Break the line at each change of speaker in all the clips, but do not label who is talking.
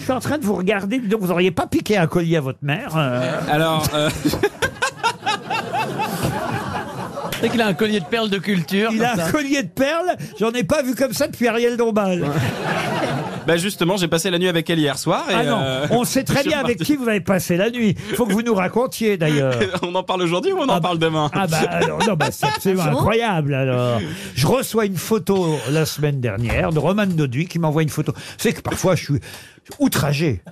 suis en train de vous regarder. dis Donc, vous n'auriez pas piqué un collier à votre mère. euh.
Alors. C'est qu'il a un collier de perles de culture.
Il a un collier de perles. J'en ai pas vu comme ça depuis Ariel Dombal.
Bah justement, j'ai passé la nuit avec elle hier soir. Et
Ah non,
euh,
on sait
je
très
suis
bien avec
reparti.
qui vous avez passé la nuit. Faut que vous nous racontiez d'ailleurs.
on en parle aujourd'hui ou on en parle demain
Ah bah alors, non, bah, c'est absolument incroyable alors. Je reçois une photo la semaine dernière de Roman Doduy qui m'envoie une photo. C'est que parfois je suis outragé.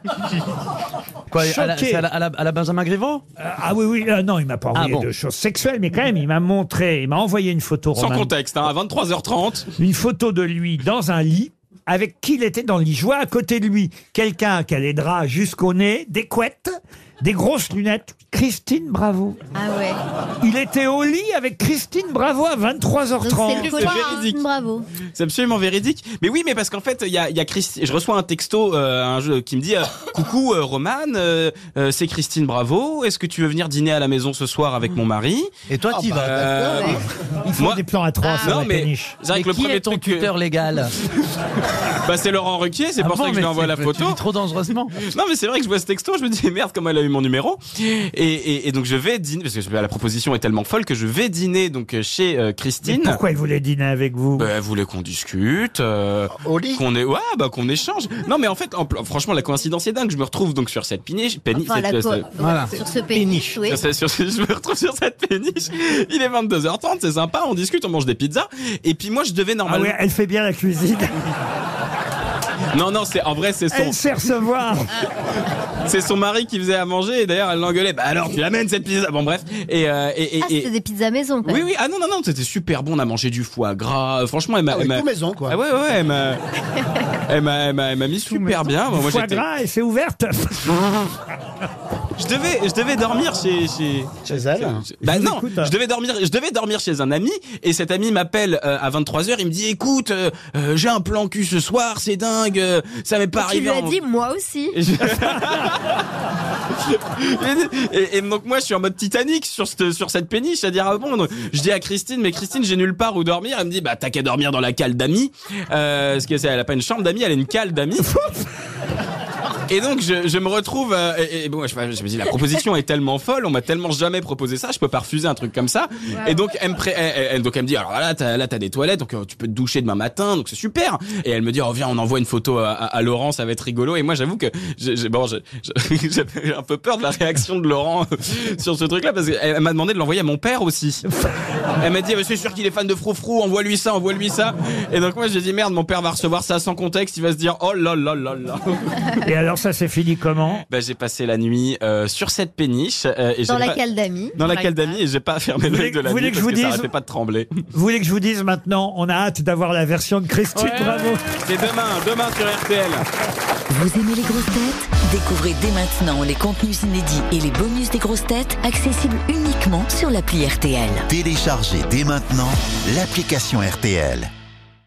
Quoi, à la,
Choqué.
c'est à la- à la- à la Benjamin Griveaux
Euh, ah oui, oui, euh, non, il m'a pas envoyé
bon.
de choses sexuelles, mais quand même, il m'a montré, il m'a envoyé une photo,
Sans
Roman,
contexte, hein, à 23h30.
une photo de lui dans un lit. Avec qui il était dans le lit. Je vois à côté de lui quelqu'un qui a les draps jusqu'au nez, des couettes, des grosses lunettes. Christine Bravo.
Ah ouais.
Il était au lit avec Christine Bravo à
Donc
23h30.
c'est le
C'est
copain, hein.
véridique.
Bravo.
C'est absolument véridique. Mais oui, mais parce qu'en fait, il y a, il y a Christi- je reçois un texto euh, un jeu, qui me dit euh, Coucou euh, Roman, euh, euh, c'est Christine Bravo. Est-ce que tu veux venir dîner à la maison ce soir avec mon mari
Et toi, qui vas
Euh,
Il faut
Moi-
des plans à trois
Ah.
sur
Non,
la
mais
péniche.
c'est vrai
Mais
que le
qui
premier
est ton
truc,
tuteur légal
euh, bah, c'est Laurent Ruquier, c'est
Ah
pour
bon,
ça que je
mais
lui envoie
c'est-
la
tu
photo.
dis Trop dangereusement.
Non, mais c'est vrai que je vois ce texto, je me dis merde, comment elle a eu mon numéro Et, et- et donc je vais dîner, parce que la proposition est tellement folle que je vais dîner donc euh, chez euh,
Mais
Christine.
pourquoi il voulait dîner avec vous
Bah, elle voulait qu'on discute, euh, qu'on ait, ouais, bah, qu'on échange. Non, mais en fait, en pl- franchement, la coïncidence est dingue. Je me retrouve donc sur cette péniche, péniche,
Enfin, la
cette- euh,
co-
cette-
Voilà.
Sur ce péniche, oui.
sur- sur- je me retrouve sur cette péniche. Il est 22h30, c'est sympa, on discute, on mange des pizzas. Et puis moi, je devais
Ah
normalement.
ouais, elle fait bien la cuisine.
Ah, Non, non, c'est en vrai, c'est son,
Elle sait recevoir.
c'est son mari qui faisait à manger. Et d'ailleurs, elle l'engueulait. Bah alors, tu l'amènes cette pizza. Bon, bref. Et, euh, et, et-
Ah,
et-
c'était des pizzas maison, quoi.
Oui, oui, ah non, non, non, c'était super bon, on a mangé du foie gras. Euh, Franchement, elle m'a. elle m'a-
maison, quoi.
Ah ouais, ouais, elle m'a. Elle m'a, elle m'a- elle m'a mis super bien. Bon, Ah, bah, moi,
Foie
j'étais-
gras, elle s'est ouverte.
je devais, je devais dormir chez, chez.
Chez elle.
chez- Bah
vous
non,
écoute. hein.
je devais dormir, je devais dormir chez un ami et cet ami m'appelle euh, à 23h, il me dit écoute, euh, euh, j'ai un plan cul ce soir, c'est dingue, euh, ça m'est pas
Tu lui
arrivé.
as
en-
dit, moi aussi.
Et, je- Et- et donc moi je suis en mode Titanic sur cette, sur cette péniche, c'est-à-dire ah bon, donc, je dis à Christine, mais Christine j'ai nulle part où dormir, elle me dit bah t'as qu'à dormir dans la cale d'amis, euh, parce que c'est- elle a pas une chambre d'amis, elle a une cale d'amis. Et donc je, je me retrouve euh, et, et bon je, je me dis la proposition est tellement folle, on m'a tellement jamais proposé ça, je peux pas refuser un truc comme ça. Et donc elle me pré- elle- elle- elle- donc elle me dit alors là t'as là, t'as des toilettes donc euh, tu peux te doucher demain matin donc c'est super. Et elle me dit oh viens on envoie une photo à, à- à Laurent ça va être rigolo. Et moi j'avoue que j'ai j'ai- bon j'ai- j'ai- j'avais un peu peur de la réaction de Laurent sur ce truc là parce qu'elle elle m'a demandé de l'envoyer à mon père aussi. Elle m'a dit, Ah, c'est sûr qu'il est fan de Froufrou, envoie-lui ça, envoie-lui ça. Et donc moi, j'ai dit, merde, mon père va recevoir ça sans contexte, il va se dire, oh là là là là.
Et alors ça s'est fini comment
Bah, j'ai passé la nuit euh, sur cette péniche. euh, et
Dans
j'ai
la
pas-
cale d'amis.
Dans laquelle d'amis, et j'ai pas fermé
Vous voulez-
l'œil de la
vous voulez
nuit
que
parce
je vous
que ça
dise-
arrêtait pas de trembler.
Vous voulez que je vous dise maintenant On a hâte d'avoir la version de Christine Bravo.
C'est demain, demain sur RTL.
Vous aimez les grosses têtes Découvrez dès maintenant les contenus inédits et les bonus des grosses têtes accessibles uniquement sur l'appli RTL.
Téléchargez dès maintenant l'application RTL.